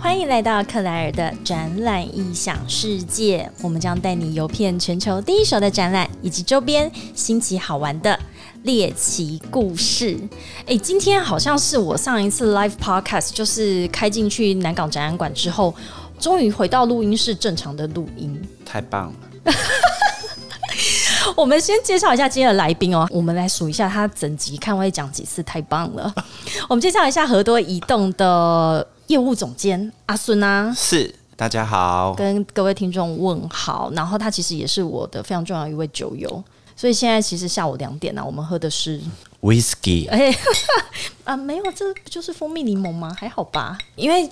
欢迎来到克莱尔的展览异想世界，我们将带你游遍全球第一手的展览以及周边新奇好玩的猎奇故事。诶，今天好像是我上一次 live podcast，就是开进去南港展览馆之后，终于回到录音室正常的录音。 太棒了！我们先介绍一下今天的来宾哦，我们来数一下他整集看会讲几次，太棒了。我们介绍一下和多移动的业务总监阿孙啊。是，大家好，跟各位听众问好，然后他其实也是我的非常重要的一位酒友，所以现在其实下午两点呢、我们喝的是哎 Whisky 啊，没有，这不就是蜂蜜柠檬吗？还好吧，因为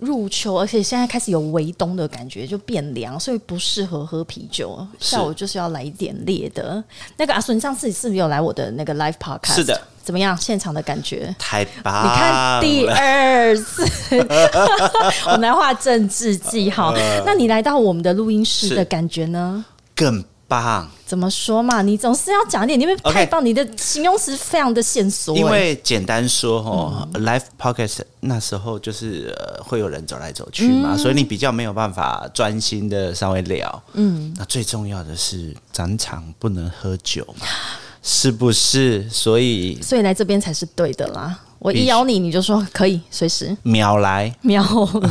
入秋，而且现在开始有微冬的感觉，就变凉，所以不适合喝啤酒。是下午就是要来一点烈的。那个阿孙上次是不是有来我的那个 live podcast？是的，怎么样？现场的感觉？太棒你了！看第二次， 我们来画政治记号。呃那你来到我们的录音室是的感觉呢？更棒，怎么说嘛？你总是要讲一点，你会 OK 太棒你的形容词非常的线索、欸因为简单说哦、l i f e Pocket 那时候就是、呃、会有人走来走去嘛，所以你比较没有办法专心的稍微聊。嗯，那最重要的是展场不能喝酒嘛，是不是？所以所以来这边才是对的啦。我必一须邀你，你就说可以，随时 秒来，秒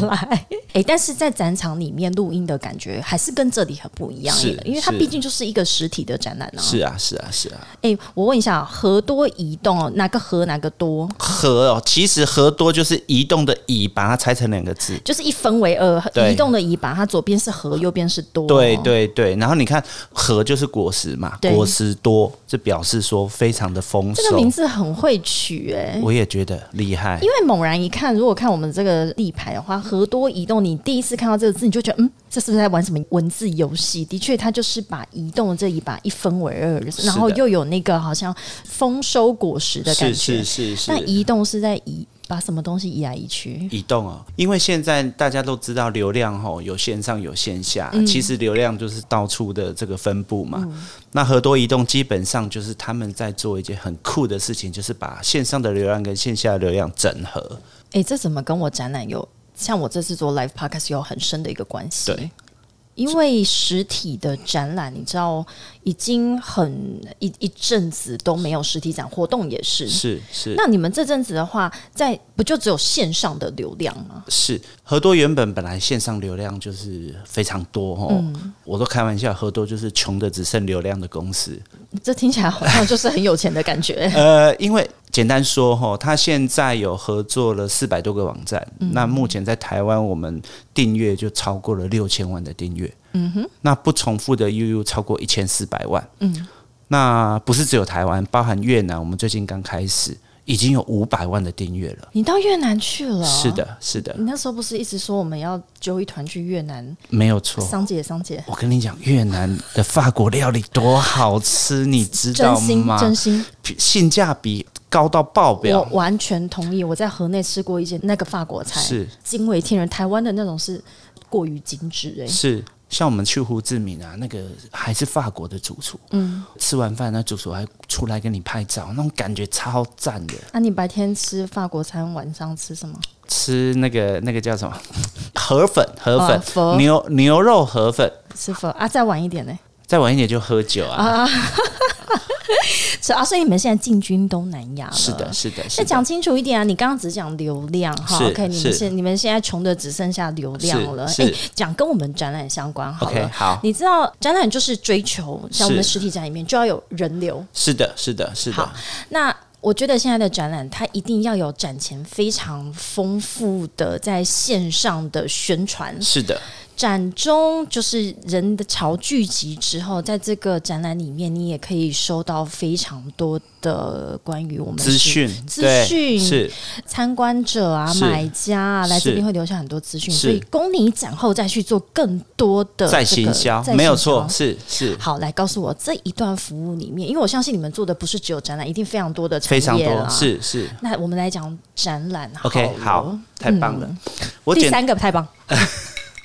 来。哎、但是在展场里面录音的感觉还是跟这里很不一样是，因为它是毕竟就是一个实体的展览啊。是啊，是啊，是啊。哎、我问一下，河多移动哦，哪个河哪个多？河哦，其实河多就是移动的移，把它拆成两个字。就是一分为二，对移动的移把它左边是河，右边是多。对对对，然后你看核就是果实嘛，对果实多，这表示说非常的丰这个名收。字很会取哎、我也觉得厉害因，为猛然一看，如果看我们这个立牌的话，和多移动，你第一次看到这个字，你就觉得，嗯，这是不是在玩什么文字游戏？的确，它就是把移动的这一把一分为二，的然后又有那个好像丰收果实的感是觉。是是是那。移动是在移把什么东西移来移去？移动哦，因为现在大家都知道流量吼、有线上有线下，嗯其实流量就是到处的这个分布嘛。那和多移动基本上就是他们在做一件很酷的事情，就是把线上的流量跟线下的流量整合。哎、这怎么跟我展览有像我这次做 live podcast 有很深的一个关系？对，因为实体的展览，你知道已经很一一阵子都没有实体展，活动也是是是。那你们这阵子的话，在不就只有线上的流量吗？是和多原本本来线上流量就是非常多哦，我都开玩笑，和多就是穷的只剩流量的公司。这听起来好像就是很有钱的感 觉。呃，因为简单说哈、哦，它现在有合作了四百多个网站，那目前在台湾我们订阅就超过了六千万的订阅，嗯哼，那不重复的 UU 超过一千四百万，嗯，那不是只有台湾，包含越南，我们最近刚开始已经有五百万的订阅了。你到越南去了？是。的，是的，你那时候不是一直说我们要揪一团去越南？没有错。桑姐，桑姐，我跟你讲，越南的法国料理多好吃，你知真道心吗？真心，性价比高到爆我表，完全同意。我在河内吃过一间那个法国菜，是惊为天人。台湾的那种是过于精致哎、是。像我们去胡志明啊，那个还是法国的主厨，嗯，吃完饭那主厨还出来跟你拍照，那种感觉超赞的。啊那、你白天吃法国餐，晚上吃什么？吃那个那个叫什么 河粉，河哦粉、佛牛牛肉河粉，吃粉啊，再晚一点呢、再晚一点就喝酒啊。是啊，所以你们现在进军东南亚了。是的，是的，是再的。讲清楚一点啊！你刚刚只讲流量哈是，OK，你们是现你们现在穷的只剩下流量了。是诶是讲跟我们展览相关好了。 OK，好，你知道展览就是追求，像我们是实体展里面就要有人流。是的，是的，是的好，那我觉得现在的展览，它一定要有展前非常丰富的在线上的宣传，是的，展中就是人的潮聚集之后，在这个展览里面，你也可以收到非常多的关于我们资讯，资对讯是参观者啊、是买家啊来这边是会留下很多资讯，是所以供你展后再去做更多的在呃这个行销，再没有行错，销是是好，来告诉我这一段服务里面，因为我相信你们做的不是只有展览，一定非常多的产非常业多，啦。。是是。那我们来讲展览 OK，好好了，太棒了。我第简 三个太棒，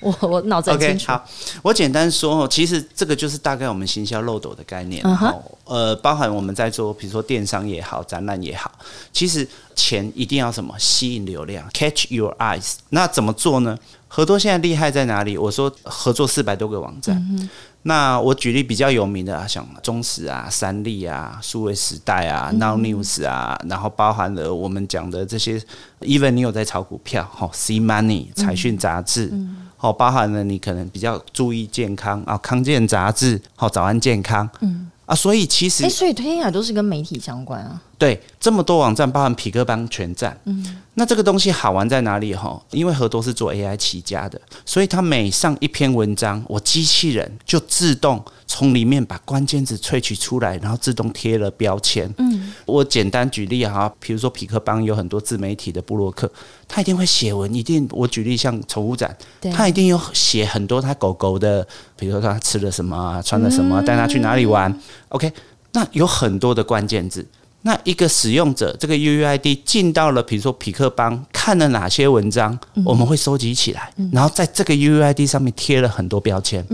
我我脑子很 OK，清楚。好，我简单说哦，其实这个就是大概我们行销漏斗的概念，嗯哼哦呃，包含我们在做，比如说电商也好，展览也好，其实钱一定要什么吸引流量，catch your eyes。那怎么做呢？合作现在厉害在哪里？我说合作四百多个网站，嗯那我举例比较有名的啊，像中实啊、三立啊、数位时代啊、Now News 啊，然后包含了我们讲的这些，even 你有在炒股票，好、c Money 财讯杂志，好、包含了你可能比较注意健康啊，康健杂志，好、早安健康，嗯啊，所以其实哎、所以天雅都是跟媒体相关啊。对，这么多网站，包含匹克邦全站。嗯，那这个东西好玩在哪里哈？因为何多是做 AI 起家的，所以他每上一篇文章，我机器人就自动从里面把关键字萃取出来，然后自动贴了标签。嗯，我简单举例哈，比如说匹克邦有很多自媒体的部落客，他一定会写文，一定我举例像宠物展，对，他一定有写很多他狗狗的，比如说他吃了什么啊、穿了什么啊、带他去哪里玩。OK，那有很多的关键字。那一个使用者，这个 UUID 进到了，比如说匹克邦看了哪些文章，我们会收集起来，然后在这个 UUID 上面贴了很多标签，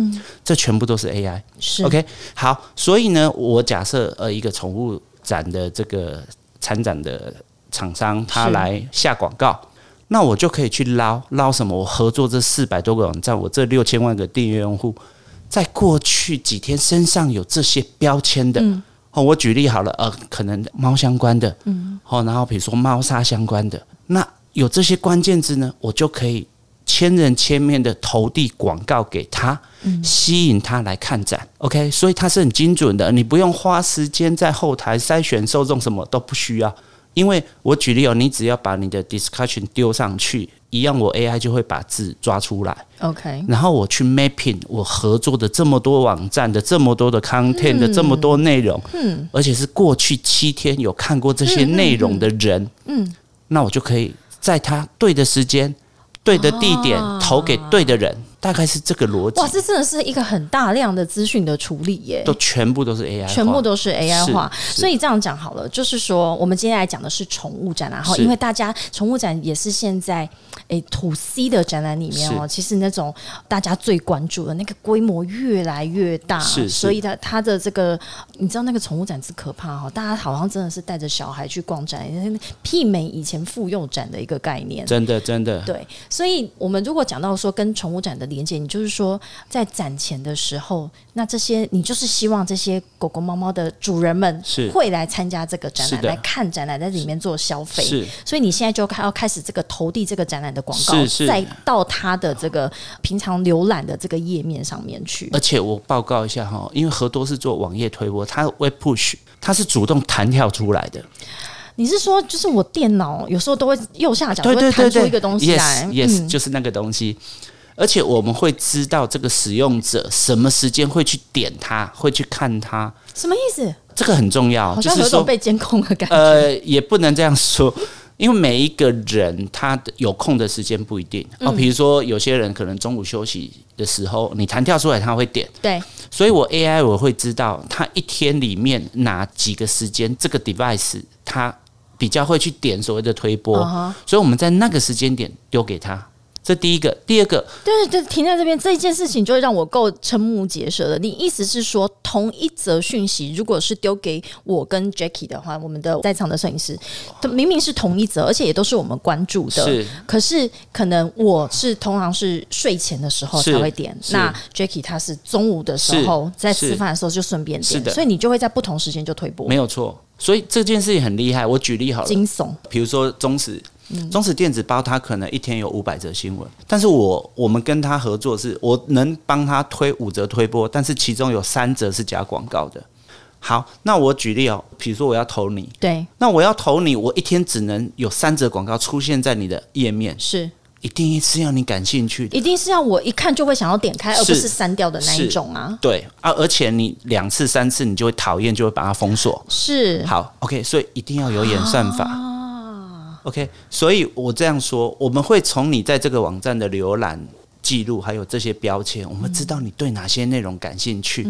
这全部都是 AI。是 OK，好，所以呢，我假设呃一个宠物展的这个参展的厂商，他是来下广告，那我就可以去捞捞什么？我合作这四百多个网站，我这六千万个订阅用户，在过去几天身上有这些标签的。嗯哦，我举例好了，呃，可能猫相关的，嗯，哦，然后比如说猫砂相关的，那有这些关键字呢，我就可以千人千面的投递广告给他，吸引他来看展。OK，所以它是很精准的，你不用花时间在后台筛选受众，什么都不需要。因为我举例哦，你只要把你的 discussion 丢上去，一样我 AI 就会把字抓出来， OK，然后我去 mapping 我合作的这么多网站的这么多的 content 的这么多内容，嗯，而且是过去七天有看过这嗯些内容的人，嗯，那我就可以在他对的时间、对的地点啊投给对的人，大概是这个逻哇，辑，这真的是一个很大量的资讯的处理耶。都全部都是 AI，化全部都是 AI 是化，是所以这样讲好了，就是说我们接下来讲的是宠物展，然后是因为大家宠物展也是现在诶土 C 的展览里面哦，其实那种大家最关注的那个规模越来越大，是是所以它它的这个你知道那个宠物展之可怕哦，大家好像真的是带着小孩去逛展，媲美以前妇幼展的一个概念。真的真的对，所以我们如果讲到说跟宠物展的连接，你就是说在展前的时候，那这些你就是希望这些狗狗、猫猫的主人们是会来参加这个展是览，的来看展览，在里面做消费。是所以你现在就开要开始这个投递这个展览的广告，是是再到它的这个平常浏览的这个页面上面去。而且我报告一下哈，因为何多是做网页推播，它会 push，它是主动弹跳出来的。你是说，就是我电脑有时候都会右下角都对会对弹对出对，一个东西来嗯 Yes, yes，、就是那个东西。而且我们会知道这个使用者什么时间会去点它，会去看它，什么意思？这个很重要。好就像是有一种说，被监控的感觉。呃，也不能这样说。因为每一个人他的有空的时间不一定哦，嗯比如说有些人可能中午休息的时候，你弹跳出来他会点，对，所以我 AI 我会知道它一天里面哪几个时间，这个 device 它比较会去点所谓的推波嗯哼所以我们在那个时间点丢给他。这第一个，第二个，对对，停在这边这一件事情就会让我够瞠目结舌的。你意思是说，同一则讯息，如果是丢给我跟 Jackie 的话，我们的在场的摄影师，都明明是同一则，而且也都是我们关注的，是可是可能我是通常是睡前的时候是才会点，是那 Jackie 他是中午的时候是在吃是饭的时候就顺便是点，的所以你就会在不同时间就推播没，有错。所以这件事情很厉害。我举例好了，惊悚比如说中实，嗯中实电子包，它可能一天有五百则新闻，但是我我们跟他合作是，我能帮他推五则推播，但是其中有三则是加广告的。好，那我举例哦，比如说我要投你，对，那我要投你，我一天只能有三则广告出现在你的页面，是一定是要你感兴趣的。一定是要我一看就会想要点开，而不是是删掉的那一是种啊，对啊，而且你两次、三次，你就会讨厌，就会把它封锁。是好，OK，所以一定要有演算法。OK，所啊以我这样说，我们会从你在这个网站的浏览记录，还有这些标签，我们知道你对哪些内容感兴趣。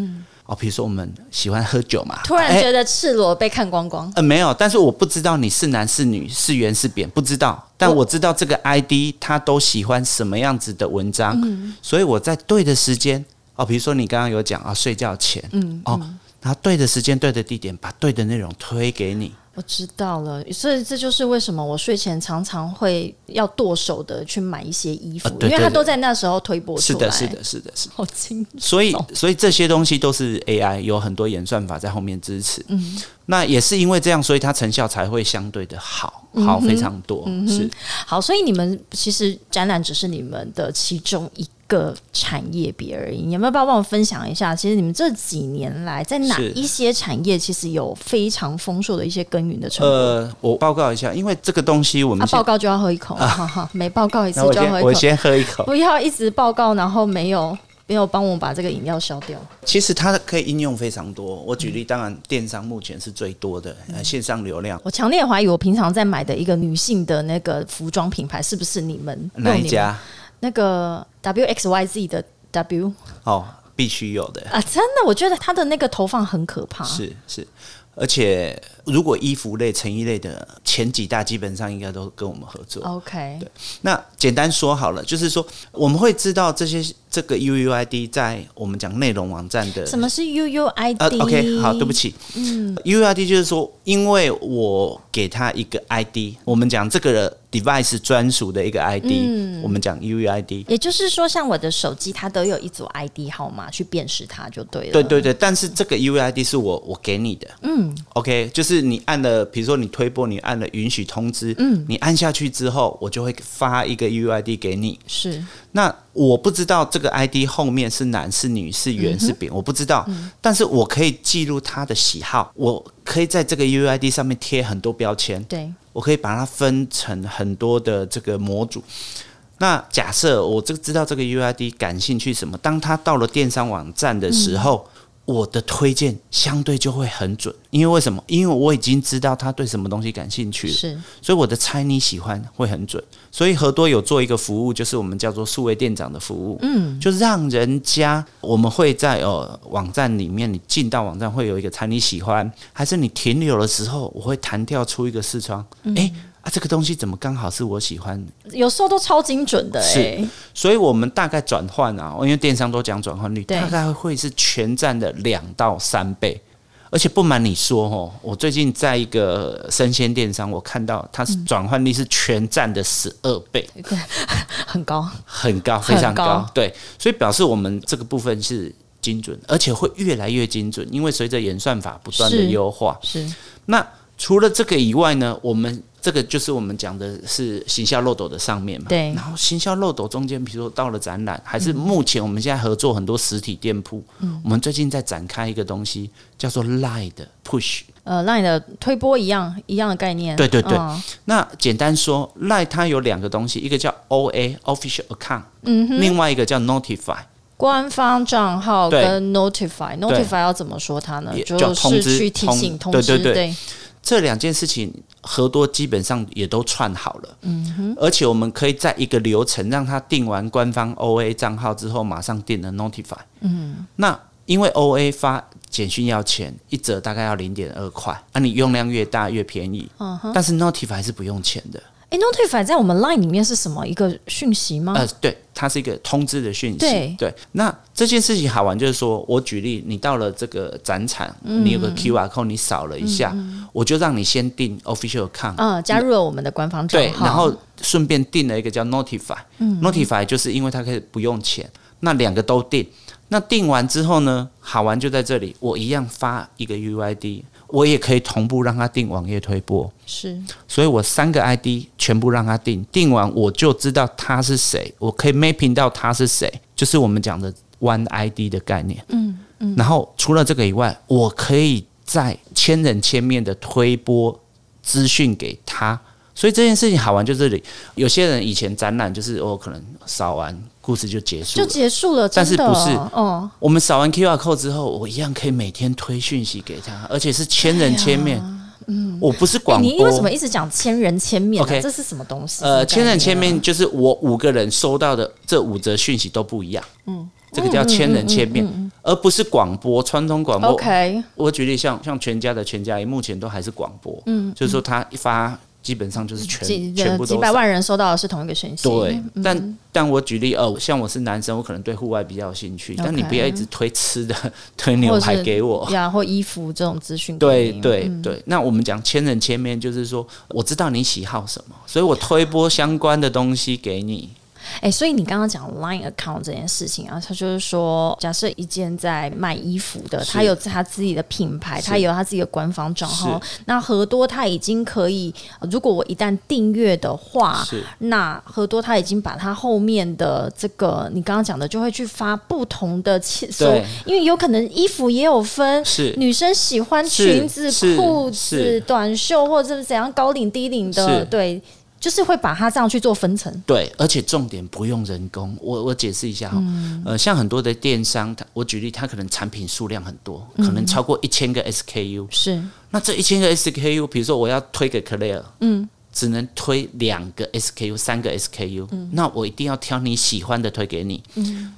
哦，比如说我们喜欢喝酒嘛，嗯突然哎觉得赤裸被看光光，呃，没有，但是我不知道你是男是女，是圆是扁，不知道。但我我知道这个 ID 他都喜欢什么样子的文章，嗯所以我在对的时间哦，比如说你刚刚有讲啊、睡觉前，嗯，哦，然后对的时间、对的地点，把对的内容推给你。哎我知道了，所以这就是为什么我睡前常常会要剁手的去买一些衣服，啊对因为对它对都在那时候推播是出来。的，是，的，是的，是的。好精所以懂，所以这些东西都是 AI 有很多演算法在后面支持。嗯，那也是因为这样，所以它成效才会相对的好，嗯好非常多。是。好，所以你们其实展览只是你们的其中一个产业别而已。你有没有办法帮我分享一下？其实你们这几年来在哪是一些产业其实有非常丰硕的一些耕耘的成果？呃，我报告一下，因为这个东西我啊们，先报告就要喝一 口，哈哈，每报告一次那我就要喝先一口我，先喝一 口。不要一直报告，然后没有没有帮我把这个饮料消掉。其实它可以应用非常多。我举例，当然电商目前是最多的，呃，线上流量。我强烈怀疑，我平常在买的一个女性的那个服装品牌是不是你们哪用一你们家？那个 W X Y Z 的 W 哦，必须有的，啊？真的，我觉得它的那个投放很可怕。是是。而且，如果衣服类、成衣类的前几大，基本上应该都跟我们合作。 OK，那简单说好了，就是说我们会知道这些这个 UUID 在我们讲内容网站的什么是 UUID？、呃，OK，好，对不。起，嗯，UUID 就是说，因为我给他一个 ID，我们讲这个 device 专属的一个 ID，、我们讲 UUID。也就是说，像我的手机，它都有一组 ID 号码去辨识它就对了。对对对，但是这个 UUID 是我我给你的，嗯，OK，就是你按了，比如说你推播，你按了允许通知，嗯，你按下去之后，我就会发一个 UUID 给你，是那我不知道这个 ID 后面是男是女是圆是扁，我不知道，但是我可以记录他的喜好，我可以在这个 UID 上面贴很多标签，对，我可以把它分成很多的这个模组。那假设我这知道这个 UID 感兴趣什么，当他到了电商网站的时候，我的推荐相对就会很准，因为为什么？因为我已经知道他对什么东西感兴趣了。是所以我的猜你喜欢会很准。所以和多有做一个服务，就是我们叫做数位店长的服务，嗯，就让人家我们会在呃网站里面，你进到网站会有一个猜你喜欢，还是你停留的时候，我会弹跳出一个视窗，哎、啊，这个东西怎么刚好是我喜欢的？有时候都超精准的、欸，所以我们大概转换啊，因为电商都讲转换率，对大概会是全站的两到三倍。而且不瞒你说哦，我最近在一个生鲜电商，我看到它是转换率是全站的十二倍，哎很高。很高，非常高。高对，所以表示我们这个部分是精准，而且会越来越精准，因为随着演算法不断的是优化，是那除了这个以外呢，我们这个就是我们讲的是行销漏斗的上面嘛。对然后行销漏斗中间，比如说到了展览，还是目前我们现在合作很多实体店铺，我们最近在展开一个东西叫做 Line 的 Push。呃，让你的推波一样一样的概念。对对对嗯那简单说，Line 它有两个东西，一个叫 OA Official Account，嗯，另外一个叫 Notify。官方账号对跟 notify，notify 要怎么说它呢？也叫通是知去提醒通通知，对对对这两件事情合多基本上也都串好了，嗯哼，而且我们可以在一个流程让他定完官方 OA 账号之后，马上定了 Notify，嗯，那因为 OA 发简讯要钱，一折大概要零点二块，啊，你用量越大越便宜，嗯哼，但是 Notify 是不用钱的，哎，notify 在我们 line 里面是什么一个讯息吗？呃，对，它是一个通知的讯息。对那这件事情好玩，就是说我举例，你到了这个展场，你有个 QR code，你扫了一下，我就让你先定 official account，、嗯，加入了我们的官方账对，号，然后顺便定了一个叫 notify，notify、Notify 就是因为它可以不用钱，那两个都定。那定完之后呢，好玩就在这里，我一样发一个 UID，我也可以同步让它定网页推播。是所以我三个 ID 全部让他定，定完我就知道他是谁，我可以 mapping 到他是谁，就是我们讲的 One ID 的概念。嗯嗯。然后除了这个以外，我可以在千人千面的推播资讯给他。所以这件事情好玩就这里，有些人以前展览就是我、哦可能扫完故事就结束就了。结束了，但是真的不是哦，我们扫完 QR code 之后，我一样可以每天推讯息给他，而且是千人千哎面。嗯，我不是诶广播。哎你为什么一直讲千人千面啊 OK 这是什么东西？呃，千人什千么概念啊面就是我五个人收到的这五则讯息都不一样，嗯，这个叫千人千面，而不是广播传统广播。 OK，我举例像像全家的全家，目前都还是广播，嗯，就是说它一发基本上就是几全全部呃都几是百万嗯人收到的是同一个讯息，对，但但我举例，呃，像我是男生，我可能对户外比较有兴趣，但你不要一直推吃的、 推牛排给我。呀，或嗯衣服这种资讯给对你，对对，那我们讲千人千面，就是说我知道你喜好什么，所以我推播相关的东西给你。哎、所以你刚刚讲 Line account 这件事情啊，他就是说，假设一件在卖衣服的，是他有他自己的品牌，是他有他自己的官方账号，那和多他已经可以，呃如果我一旦订阅的话。是那和多他已经把他后面的这个你刚刚讲的，就会去发不同的切搜对，因为有可能衣服也有分，是女生喜欢是裙子、是裤子、是短袖或者是怎样高领、低领是的，对，就是会把它这样去做分层。对，而且重点不用人工。我我解释一下哈、呃，像很多的电商，它我举例，它可能产品数量很多，可能超过一千个 SKU。是那这一千个 SKU，比如说我要推给 Claire，嗯，只能推两个 SKU、三个 SKU，、那我一定要挑你喜欢的推给你。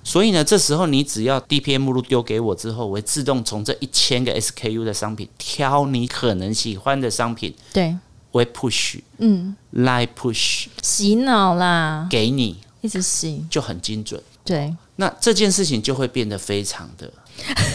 所以呢，这时候你只要 DPM 目录丢给我之后，我会自动从这一千个 SKU 的商品挑你可能喜欢的商品，对，我会 push，嗯，来 push 洗脑啦，给你，一直洗，就很精准。对，那这件事情就会变得非常的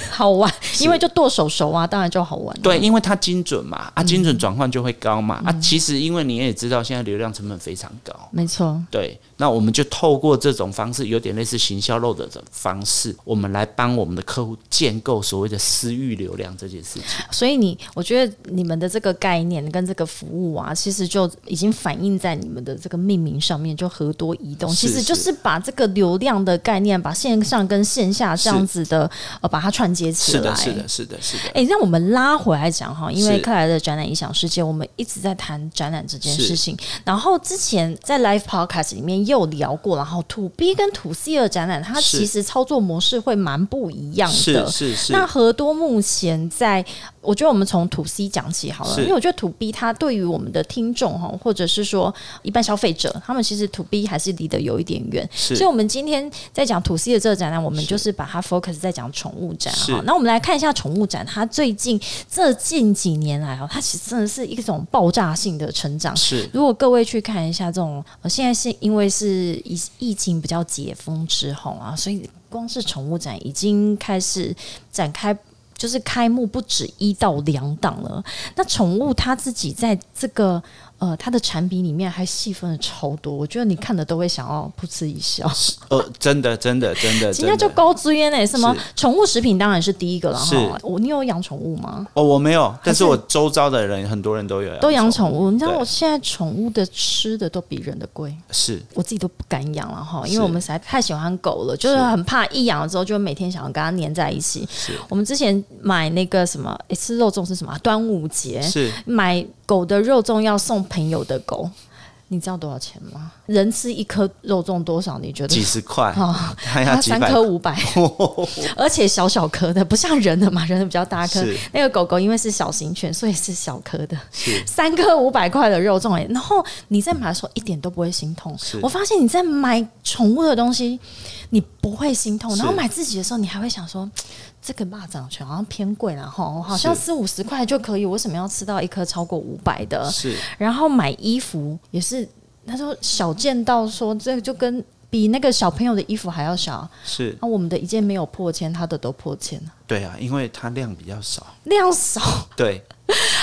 好玩，因为就剁手手啊，当然就好玩。对，因为它精准嘛，啊，精准转换就会高嘛，啊，其实因为你也知道，现在流量成本非常高，没错，对，那我们就透过这种方式，有点类似行销漏的方式，我们来帮我们的客户建构所谓的私域流量这件事情。所以你，我觉得你们的这个概念跟这个服务啊，其实就已经反映在你们的这个命名上面，就和多移动，是其实就是是把这个流量的概念，把线上跟线下这样子的，呃，把它串接起是来。的，是的，是的，是的。哎、让我们拉回来讲哈，因为是克莱的展览影响世界，我们一直在谈展览这件事情。然后之前在 Live Podcast 里面也有聊过，然后 To B 跟 To C 的展览，它是其实操作模式会蛮不一样是的。是是，那和多目前在，我觉得我们从 To C 讲起好了，是因为我觉得 To B 它对于我们的听众哈，或者是说一般消费者，他们其实 To B 还是离得有一点远，是所以，我们今天在讲 To C 的这个展览，我们就是把它 focus 在讲宠物展是哈。那我们来看一下宠物展，它最近这近几年来哦，它其实真的是一种爆炸性的成长。是如果各位去看一下这种，呃现在是因为是疫疫情比较解封之后啊，所以光是宠物展已经开始展开。就是开幕不止一到两档了，那宠物它自己在这个呃它的产品里面还细分了超多，我觉得你看的都会想要噗嗤一笑。呃，真的，真的，真的，今真天的。就高资源欸呢，什么是宠物食品当然是第一个了是哈。我你有养宠物吗？哦，我没有，但是是我周遭的人很多人都有，都养宠物，你知道对我现在宠物的吃的都比人的贵。是我自己都不敢养了哈，因是为我们实在太喜欢狗了，就是很怕一养了之后就每天想要跟它黏在一起。我们之前买那个什么，诶吃肉粽是什么啊？端午节是买狗的肉粽要送朋友的狗，你知道多少钱吗？人吃一颗肉粽多少？你觉得几？十块， 哦，还要它几三百颗五 百，而且小小颗的，不像人的嘛，人的比较大颗是。那个狗狗因为是小型犬，所以是小颗的。是三颗五百块的肉粽哎，然后你在买的时候一点都不会心痛。我发现你在买宠物的东西，你不会心痛，然后是买自己的时候，你还会想说，这个蚂蚱拳好像偏贵了哈，我好像是四五十块就可以，我为什么要吃到一颗超过五百的？是然后买衣服也是，他说小见到说这个就跟比那个小朋友的衣服还要小，是，那、我们的一件没有破千，他的都破千了，对啊，因为它量比较少，量少。对，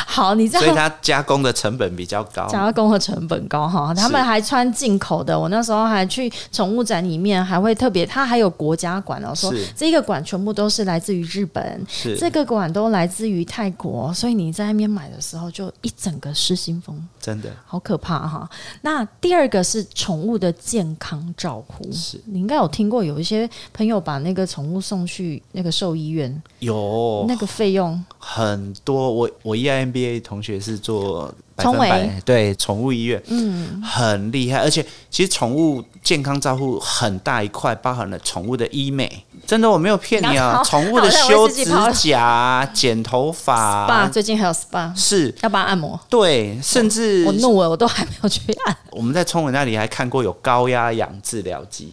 好，你这所以样它加工的成本比较高，讲到工和成本高哈，他们还穿进口的。我那时候还去宠物展里面，还会特别，它还有国家馆哦，说是这个馆全部都是来自于日本，是这个馆都来自于泰国，所以你在那边买的时候就一整个失心疯，真的好可怕哈。那第二个是宠物的健康照护，是你应该有听过有一些朋友把那个宠物送去那个兽医院，有那个费用很多，我我 EMBA 同学是做百分宠百对宠物医院，嗯，很厉害。而且其实宠物健康照护很大一块，包含了宠物的医美，真的我没有骗你然啊后， 宠物的好像修我自己指跑了甲啊、剪头发？SPA 啊，最近还有 SPA，是要帮他按摩。对，甚至我怒了，我都还没有去按。我们在冲绳那里还看过有高压氧治疗机，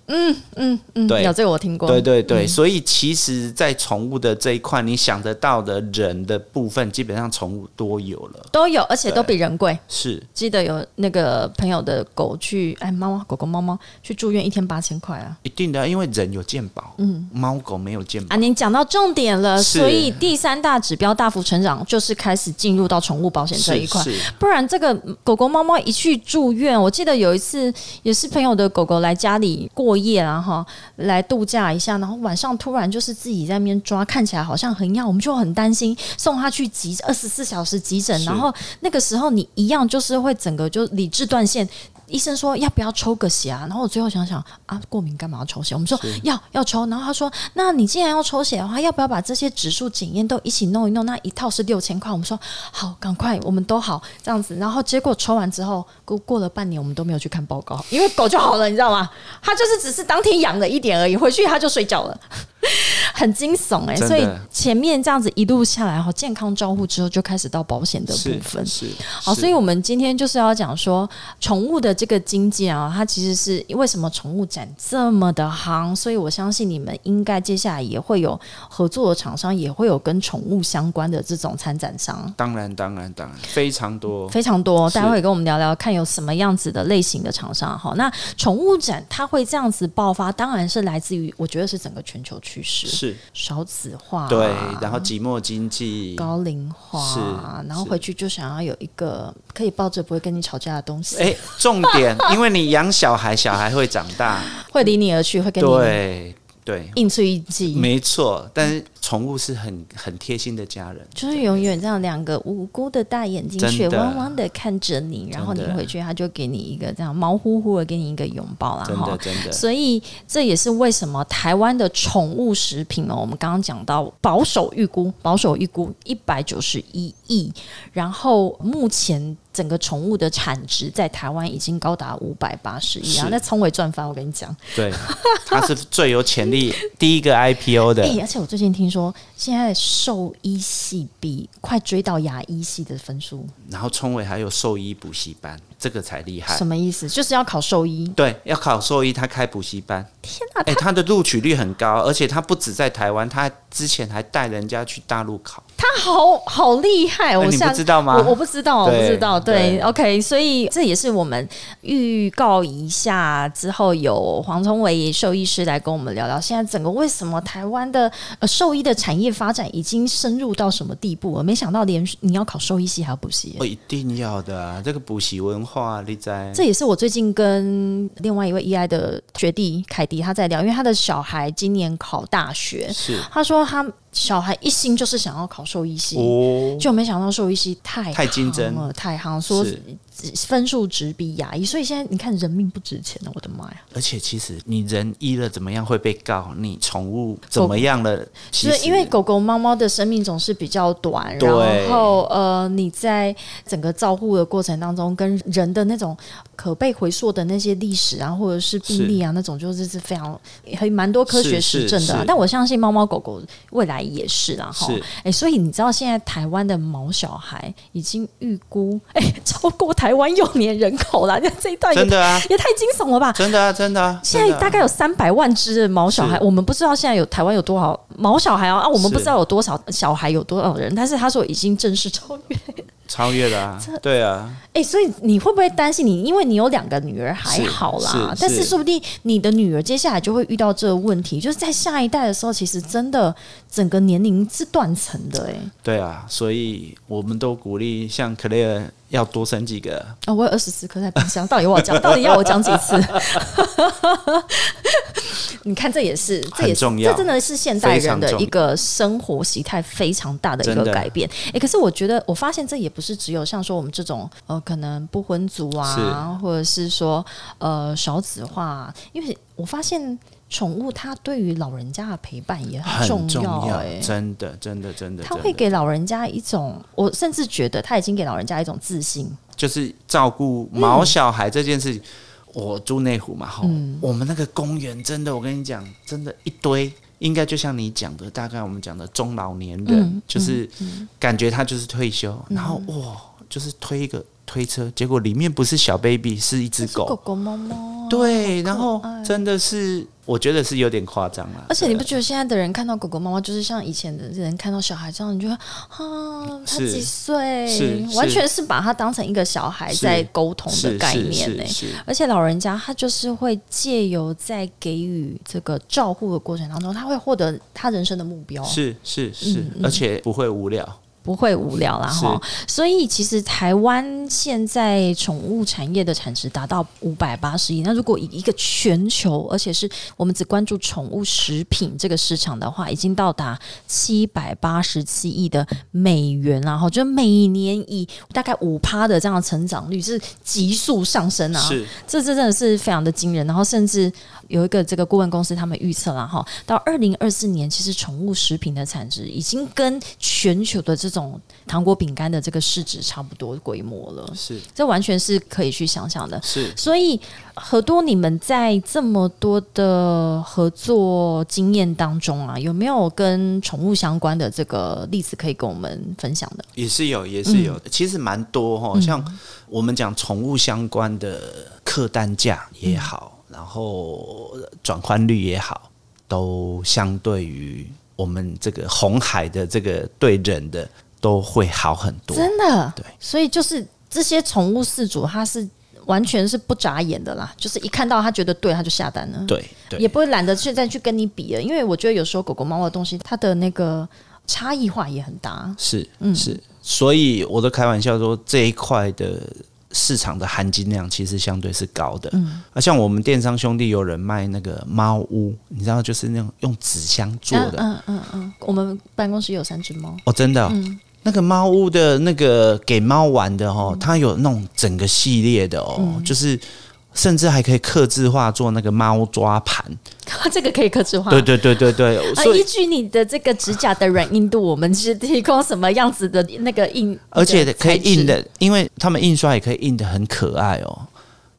嗯，对有这个我听过。对对嗯对，所以其实，在宠物的这一块，你想得到的人的部分，基本上宠物多有了，都有，而且都比人贵。是记得有那个朋友的狗去，哎，猫啊，狗狗、猫猫去住院，一天八千块啊！一定的，因为人有健保，嗯，猫狗没有健保，啊，您讲到重点了，是所以第三大指标大幅成长，就是开始进入到宠物保险这一是块。是不然这个狗狗、猫猫一去住院，我记得有一次也是朋友的狗狗来家里过夜然后来度假一下，然后晚上突然就是自己在那边抓，看起来好像很痒，我们就很担心，送它去急二十四小时急诊，是然后那个时候你一样就是会整个就理智断线。医生说要不要抽个血啊？然后我最后想想啊，过敏干嘛要抽血？我们说要要抽，然后他说，那你既然要抽血的话，要不要把这些指数检验都一起弄一弄？那一套是六千块。我们说好，赶快，我们都好这样子。然后结果抽完之后，过过了半年，我们都没有去看报告，因为狗就好了，你知道吗？它就是只是当天痒了一点而已，回去它就睡觉了。很惊悚哎、真的所以前面这样子一路下来哈，健康照护之后就开始到保险的部是分。是，好，是所以我们今天就是要讲说，宠物的这个经济啊，它其实是为什么宠物展这么的夯，所以我相信你们应该接下来也会有合作的厂商，也会有跟宠物相关的这种参展商。当然当然当然非常多，非常多，是待会跟我们聊聊看有什么样子的类型的厂商哈。那宠物展它会这样子爆发，当然是来自于我觉得是整个全球趋势，是少子化，啊对，然后寂寞经济，高龄化，啊是然后是回去就想要有一个可以抱着不会跟你吵架的东西，哎，重 点，因为你养小孩，小孩会长大，会离你而去，会跟你对对，应催一记，没错，但是宠物是很很贴心的家人，就是永远这样两个无辜的大眼睛，真的血汪汪的看着你，然后你真的回去，他就给你一个这样毛乎乎的给你一个拥抱啦，真哈的。真的。所以这也是为什么台湾的宠物食品哦，我们刚刚讲到保守预估，保守预估一百九十一亿，然后目前整个宠物的产值在台湾已经高达五百八十亿啊是，那聪伟赚翻，我跟你讲。对，它是最有潜力 第一个 IPO 的哎、，而且我最近听说，现在兽医系比快追到牙医系的分数，然后冲尾还有兽医补习班，这个才厉害什。么意思？就是要考兽医。对，要考兽医，他开补习班，天哪、哎、他的录取率很高，而且他不止在台湾，他之前还带人家去大陆考。哎他啊好好厉害！哎哦我你下不知道吗我我不知道，我不对知道。对对 o k 所以这也是我们预告一下之后，有黄崇伟兽医师来跟我们聊聊，现在整个为什么台湾的呃兽医的产业发展已经深入到什么地步了？没想到连你要考兽医系还要补习耶、哦，一定要的啊，这个补习文化，你在这也是我最近跟另外一位 EI 的学弟凯迪他在聊，因为他的小孩今年考大学，是他说他小孩一心就是想要考兽医系，哦，就没想到兽医系太太竞夯争了，太夯，说是，分数只比牙医，所以现在你看人命不值钱了，我的妈呀！而且其实你人医了怎么样会被告，你宠物怎么样了，其就是实因为狗狗、猫猫的生命总是比较短，对然后呃，你在整个照护的过程当中，跟人的那种呃可被回溯的那些历史啊，或者是病例啊，那种就是是非常还蛮多科学实证的啊、是是是但我相信猫猫狗狗未来也是啦，哈。是哎、所以你知道现在台湾的毛小孩已经预估哎、超过台湾幼年人口了，那 这一段也真的啊，也太惊悚了吧？真的啊，真的啊，现在真的啊大概有三百万只的毛小孩，是我们不知道现在有台湾有多少毛小孩啊啊，我们是不知道有多少小孩有多少人，但是他说已经正式超越。超越了 啊，对啊，哎、所以你会不会担心你？因为你有两个女儿还是好啦，是但是是说不定你的女儿接下来就会遇到这个问题，就是在下一代的时候，其实真的整个年龄是断层的、哎，对啊，所以我们都鼓励像 Claire 要多生几个，啊、我有二十四颗在冰箱，到底要我讲，到底要我讲几次？ 你看，这也是，这也很是，重要这真的是现代非人常的重一个生活形态非常大的一个真的改变。哎、可是我觉得，我发现这也不是只有像说我们这种呃，可能不婚族啊，是或者是说呃少子化、啊，因为我发现宠物它对于老人家的陪伴也很重重要、要，哎。真的，真的，真的，它真会的给老人家一种，我甚至觉得他已经给老人家一种自信，就是照顾毛小孩这件事情，我住内湖嘛，哈、嗯我们那个公园真的，我跟你讲，真的，一堆。应该就像你讲的，大概我们讲的中老年人，嗯就是感觉他就是退休，然后哇、就是推一个推车，结果里面不是小 baby，是一只狗狗。狗、猫啊猫。对，然后哦爱真的是，我觉得是有点夸张了。而且你不对啊觉得现在的人看到狗狗、猫猫，就是像以前的人看到小孩这样，你就会啊，他是几岁是？是完全是把他当成一个小孩是在沟通的是概是念呢、欸是是而且老人家他就是会借由在给予这个照顾的过程当中，他会获得他人生的目标，是哦是嗯是，而且不会无聊。不会无聊啦是哈。所以其实台湾现在宠物产业的产值达到五百八十亿，那如果以一个全球，而且是我们只关注宠物食品这个市场的话，已经到达七百八十七亿的美元啦哈，就每年以大概五趴的这样的成长率是急速上升啊，是这这真的是非常的惊人。然后甚至有一个这个顾问公司，他们预测了哈，到二零二四年，其实宠物食品的产值已经跟全球的这种糖果饼干的这个市值差不多规模了，是这完全是可以去想象的。是，所以，何多，你们在这么多的合作经验当中啊，有没有跟宠物相关的这个例子可以跟我们分享的？也是有，也是有，嗯其实蛮多哈、像我们讲宠物相关的客单价也好，嗯然后转换率也好，都相对于我们这个红海的这个对人的都会好很多。真的，对，所以就是这些宠物饲主，他是完全是不眨眼的啦，就是一看到他觉得对，他就下单了，，对对，也不会懒得去再去跟你比了，因为我觉得有时候狗狗、猫猫的东西，它的那个差异化也很大，是，嗯是，所以我都开玩笑说这一块的市场的含金量其实相对是高的。嗯，啊，像我们电商兄弟有人卖那个猫屋，你知道就是那种用纸箱做的，嗯嗯嗯嗯，我们办公室有三只猫， 哦，真的哦、嗯那个猫屋的那个给猫玩的哦，它有那种整个系列的哦，嗯就是。甚至还可以刻制化做那个猫抓盘，这个可以克制化。对对对对对，啊，所以依据你的这个指甲的软硬度，我们是提供什么样子的那个硬，而且可以材印质，的，因为他们印刷也可以印的很可爱哦。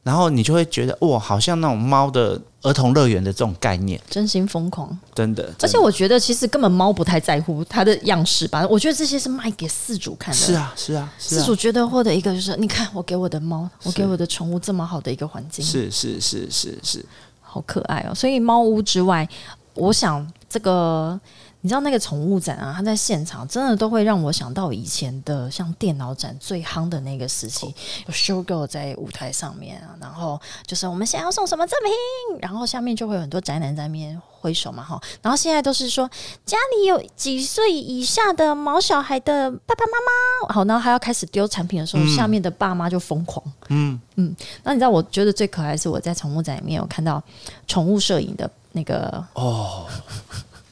然后你就会觉得哇，好像那种猫的儿童乐园的这种概念，真心疯狂。真的。而真且的我觉得其实根本猫不太在乎它的样式吧，我觉得这些是卖给饲主看的。是啊，是啊，是饲啊，主觉得获得一个就是，你看我给我的猫，我给是我的宠物这么好的一个环境，是是是是是，好可爱哦。所以猫屋之外，我想这个你知道那个宠物展啊，它在现场真的都会让我想到以前的像电脑展最夯的那个时哦期，有 Showgirl 在舞台上面啊，然后就是我们现在要送什么赠品，然后下面就会有很多宅男在那边挥手嘛哈，然后现在都是说家里有几岁以下的毛小孩的爸爸妈妈，好，然后还要开始丢产品的时候，下面的爸妈就疯狂，嗯嗯，那你知道我觉得最可爱的是我在宠物展里面有看到宠物摄影的那个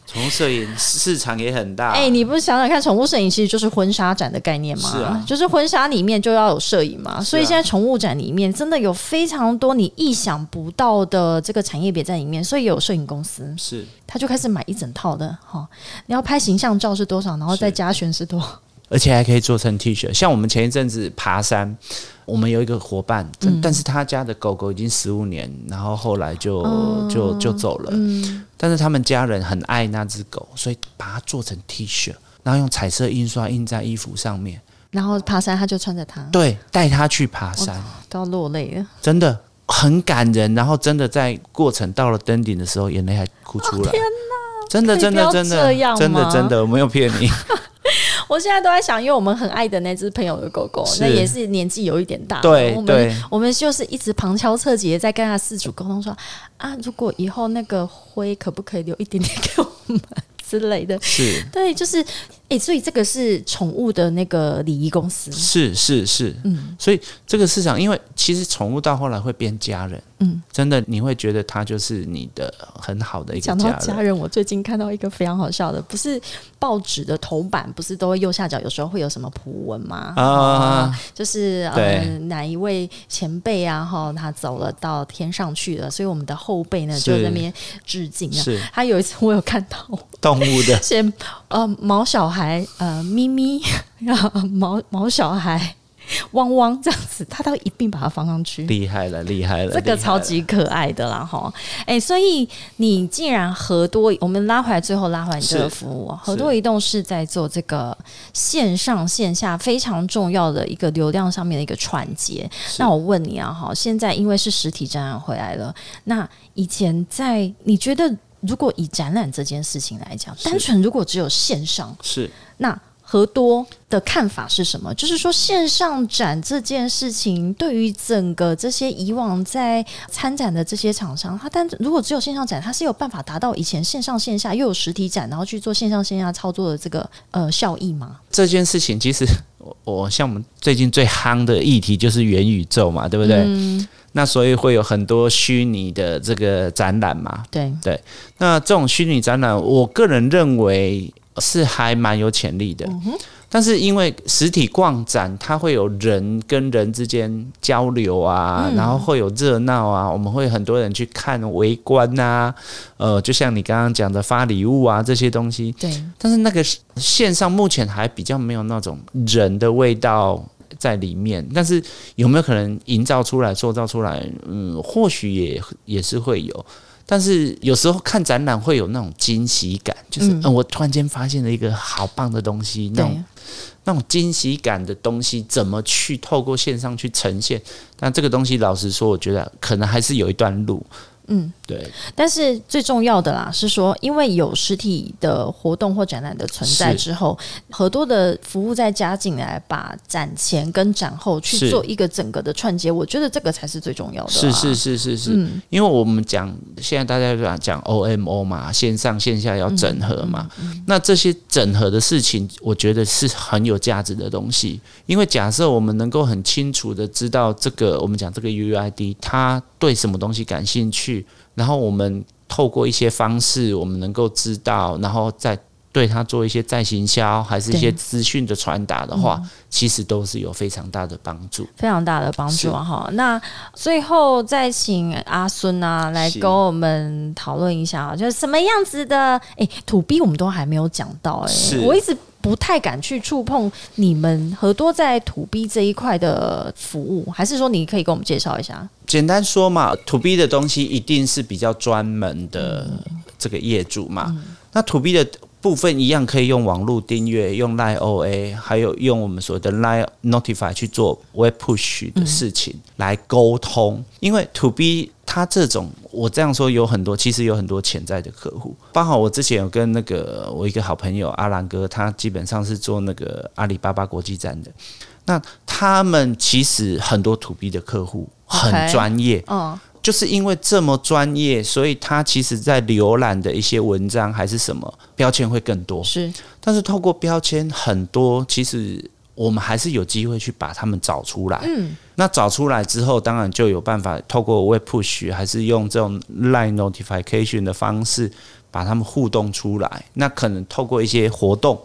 从摄影市场也很大。哎、你不想想看，宠物摄影其实就是婚纱展的概念吗？是啊就是婚纱里面就要有摄影嘛。所以现在宠物展里面真的有非常多你意想不到的这个产业别在里面，所以有摄影公司，是，他就开始买一整套的哈、你要拍形象照是多少，然后再加选是多少。而且还可以做成 T 恤。像我们前一阵子爬山，我们有一个伙伴，嗯但是他家的狗狗已经十五年，然后后来就、哦就就走了。嗯但是他们家人很爱那只狗，所以把它做成 T 恤，然后用彩色印刷印在衣服上面。然后爬山，他就穿着它对，带它去爬山，都要落泪了。真的很感人。然后真的在过程到了登顶的时候，眼泪还哭出来。真的，可以真不的，要真这的，样真的，吗真的，我没有骗 你。我现在都在想，因为我们很爱的那只朋友的狗狗，是那也是年纪有一点大，对我们对我们就是一直旁敲侧击地在跟他饲主沟通说啊，如果以后那个灰可不可以留一点点给我们之类 的。是，对，就是哎、诶所以这个是宠物的那个礼仪公司，是是是，嗯，所以这个市场，因为其实宠物到后来会变家人，嗯，真的你会觉得它就是你的很好的一个讲到家家人，人，我最近看到一个非常好笑的，不是报纸的头版，不是都会右下角有时候会有什么图文吗？啊就是对呃哪一位前辈啊，哈，他走了到天上去了，所以我们的后辈呢是就在那边致敬啊。是他有一次我有看到动物的写 呃毛小孩呃咪咪，然后毛毛小孩。汪汪这样子，它都一并把它放上去。厉害了，厉害了，这个超级可爱的啦哈！哎、所以你既然合多，我们拉回来，最后拉回来你这个是服务哦，合多移动是在做这个线上线下非常重要的一个流量上面的一个串接。那我问你啊，哈，现在因为是实体展览回来了，那以前在你觉得，如果以展览这件事情来讲，单纯如果只有线上，是那和多的看法是什么？就是说，线上展这件事情对于整个这些以往在参展的这些厂商，它但如果只有线上展，它是有办法达到以前线上线下又有实体展，然后去做线上线下操作的这个呃效益吗？这件事情，其实我我像我们最近最夯的议题就是元宇宙嘛，对不对？那所以会有很多虚拟的这个展览嘛。对，那这种虚拟展览，我个人认为是还蛮有潜力的。但是因为实体逛展，它会有人跟人之间交流啊，然后会有热闹啊，我们会很多人去看围观呐、呃，就像你刚刚讲的发礼物啊这些东西，对，但是那个是线上目前还比较没有那种人的味道在里面，但是有没有可能营造出来、塑造出来？嗯，或许也也是会有。但是有时候看展览会有那种惊喜感，就是、嗯我突然间发现了一个好棒的东西，那种对，那种惊喜感的东西，怎么去透过线上去呈现？但这个东西，老实说，我觉得可能还是有一段路。嗯，对，但是最重要的啦，是说因为有实体的活动或展览的存在是之后，很多的服务再加进来，把展前跟展后去是做一个整个的串接，我觉得这个才是最重要的、啊。嗯是是是是是，因为我们讲现在大家讲讲 OMO 嘛，线上线下要整合嘛，嗯那这些整合的事情，我觉得是很有价值的东西。因为假设我们能够很清楚的知道这个，我们讲这个 UUID 它对什么东西感兴趣，然后我们透过一些方式，我们能够知道，然后再。对它做一些再行销，还是一些对嗯资讯的传达的话，其实都是有非常大的帮助。非常大的帮助啊！哈，那最后再请阿孙啊来是跟我们讨论一下啊，就是什么样子的？哎、土 B 我们都还没有讲到哎、是我一直不太敢去触碰你们和多在土 B 这一块的服务，还是说你可以给我们介绍一下？简单说嘛，to B 的东西一定是比较专门的这个业主嘛。那 to B 的部分一样可以用网络订阅、用 Line OA，还有用我们所谓的 Line Notify 去做 Web Push 的事情、来沟通。因为 to B 它这种，我这样说有很多，其实有很多潜在的客户。包括我之前有跟那个我一个好朋友阿兰哥，他基本上是做那个阿里巴巴国际站的。那他们其实很多 to B 的客户很 OK 专业嗯，就是因为这么专业，所以他其实在浏览的一些文章还是什么标签会更多。是但是透过标签很多，其实我们还是有机会去把他们找出来。嗯，那找出来之后，当然就有办法透过 Web Push 还是用这种 Line Notification 的方式把他们互动出来。那可能透过一些活动，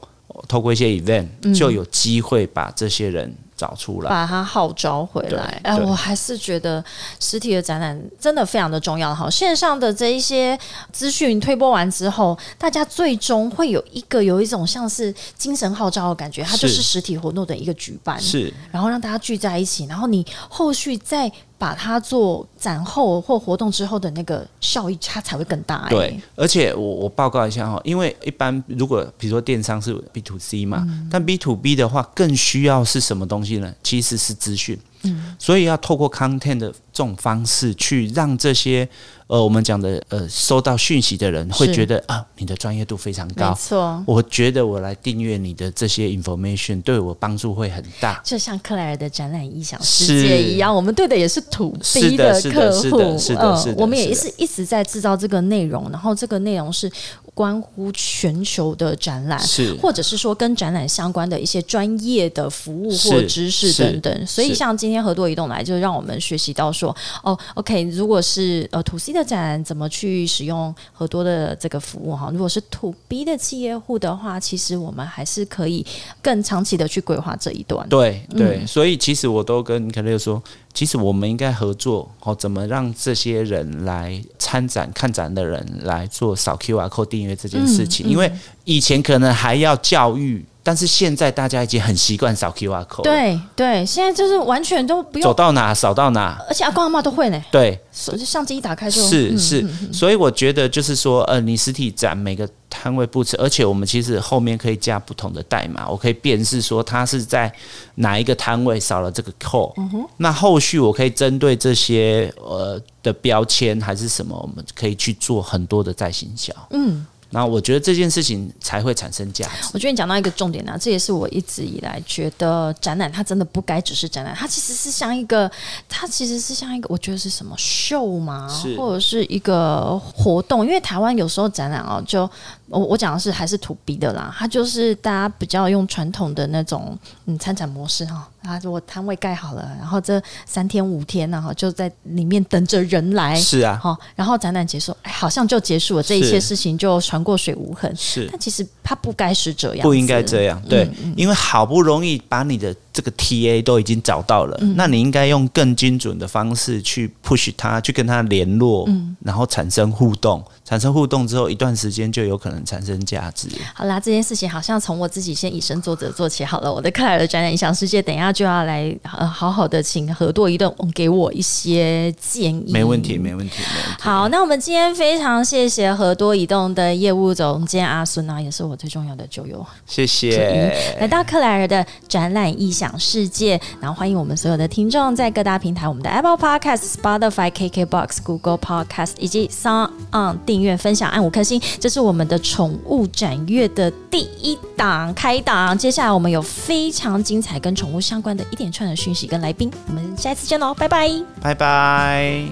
透过一些 event，、就有机会把这些人找出来。把它号召回来。对哎，对我还是觉得实体的展览真的非常的重要。哈，线上的这一些资讯推播完之后，大家最终会有一个有一种像是精神号召的感觉，它就是是实体活动的一个举办。是然后让大家聚在一起，然后你后续再把它做展后或活动之后的那个效益，它才会更大、哎对，，而且我我报告一下哈，因为一般如果比如说电商是 B to C 嘛，嗯但 B to B 的话更需要是什么东西呢？其实是资讯，嗯，所以要透过 content 的这种方式去让这些呃我们讲的呃收到讯息的人会是觉得啊你的专业度非常没高，错。我觉得我来订阅你的这些 information 对我帮助会很大。就像克莱尔的展览异想世是界一样，我们对的也是土是逼的是客的户，嗯是的是的是的我们也是是一直在制造这个内容，然后这个内容是关乎全球的展览，是或者是说跟展览相关的一些专业的服务或是知识是等等。所以是像今天合作移动来，就让我们学习到说，哦，OK，如果是呃 to C 的展，怎么去使用合多的这个服务哈？如果是 to B 的企业户的话，其实我们还是可以更长期的去规划这一段。对对，所以其实我都跟凯乐说，其实我们应该合作，哦，怎么让这些人来参展、看展的人来做扫 QR code 订阅这件事情？因为以前可能还要教育但是现在大家已经很习惯扫 QR code，了，对对，现在就是完全都不走用，到哪扫到哪，而且阿公阿妈都会呢，对，手机相机一打开就。是嗯是，所以我觉得就是说，呃，你实体展每个摊位不止，呃而且我们其实后面可以加不同的代码，我可以辨识说它是在哪一个摊位扫了这个扣。嗯那后续我可以针对这些呃的标签还是什么，我们可以去做很多的再行销。嗯，那我觉得这件事情才会产生价值。我觉得你讲到一个重点啊，这也是我一直以来觉得展览它真的不该只是展览，它其实是像一个，它其实是像一个，我觉得是什么秀嘛是，或者是一个活动。因为台湾有时候展览哦，就我我讲的是还是土逼的啦，它就是大家比较用传统的那种嗯参展模式哈、哦。啊，我摊位盖好了，然后这三天五天呢、啊，哈就在里面等着人来，是啊，好、然后展览结束，哎，好像就结束了，这一是切事情就船过水无痕。是但其实它不该是这样，不应该这。样，嗯对，因为好不容易把你的这个 TA 都已经找到了，那你应该用更精准的方式去 push 他，去跟他联络，然后产生互动，产生互动之后，一段时间就有可能产生价值。好啦，这件事情好像从我自己先以身作则做起好了。我的克莱尔展览影响世界，等一下就要来呃好好的请何多一顿给我一些建议。没问题，没问题，没问题。好，那我们今天非常谢谢和多移动的业务总监阿孙啊，也是我最重要的旧友。谢来谢，到克莱尔的展览异想世界，然后欢迎我们所有的听众在各大平台，我们的 Apple Podcast、Spotify、KKBox、Google Podcast 以及 Sound On 订阅、分享、按五颗星，这是我们的宠物展月的第一档开档。接下来我们有非常精哦彩跟宠物相关的一连串的讯息跟来宾，我们下一次见喽，拜拜。拜拜。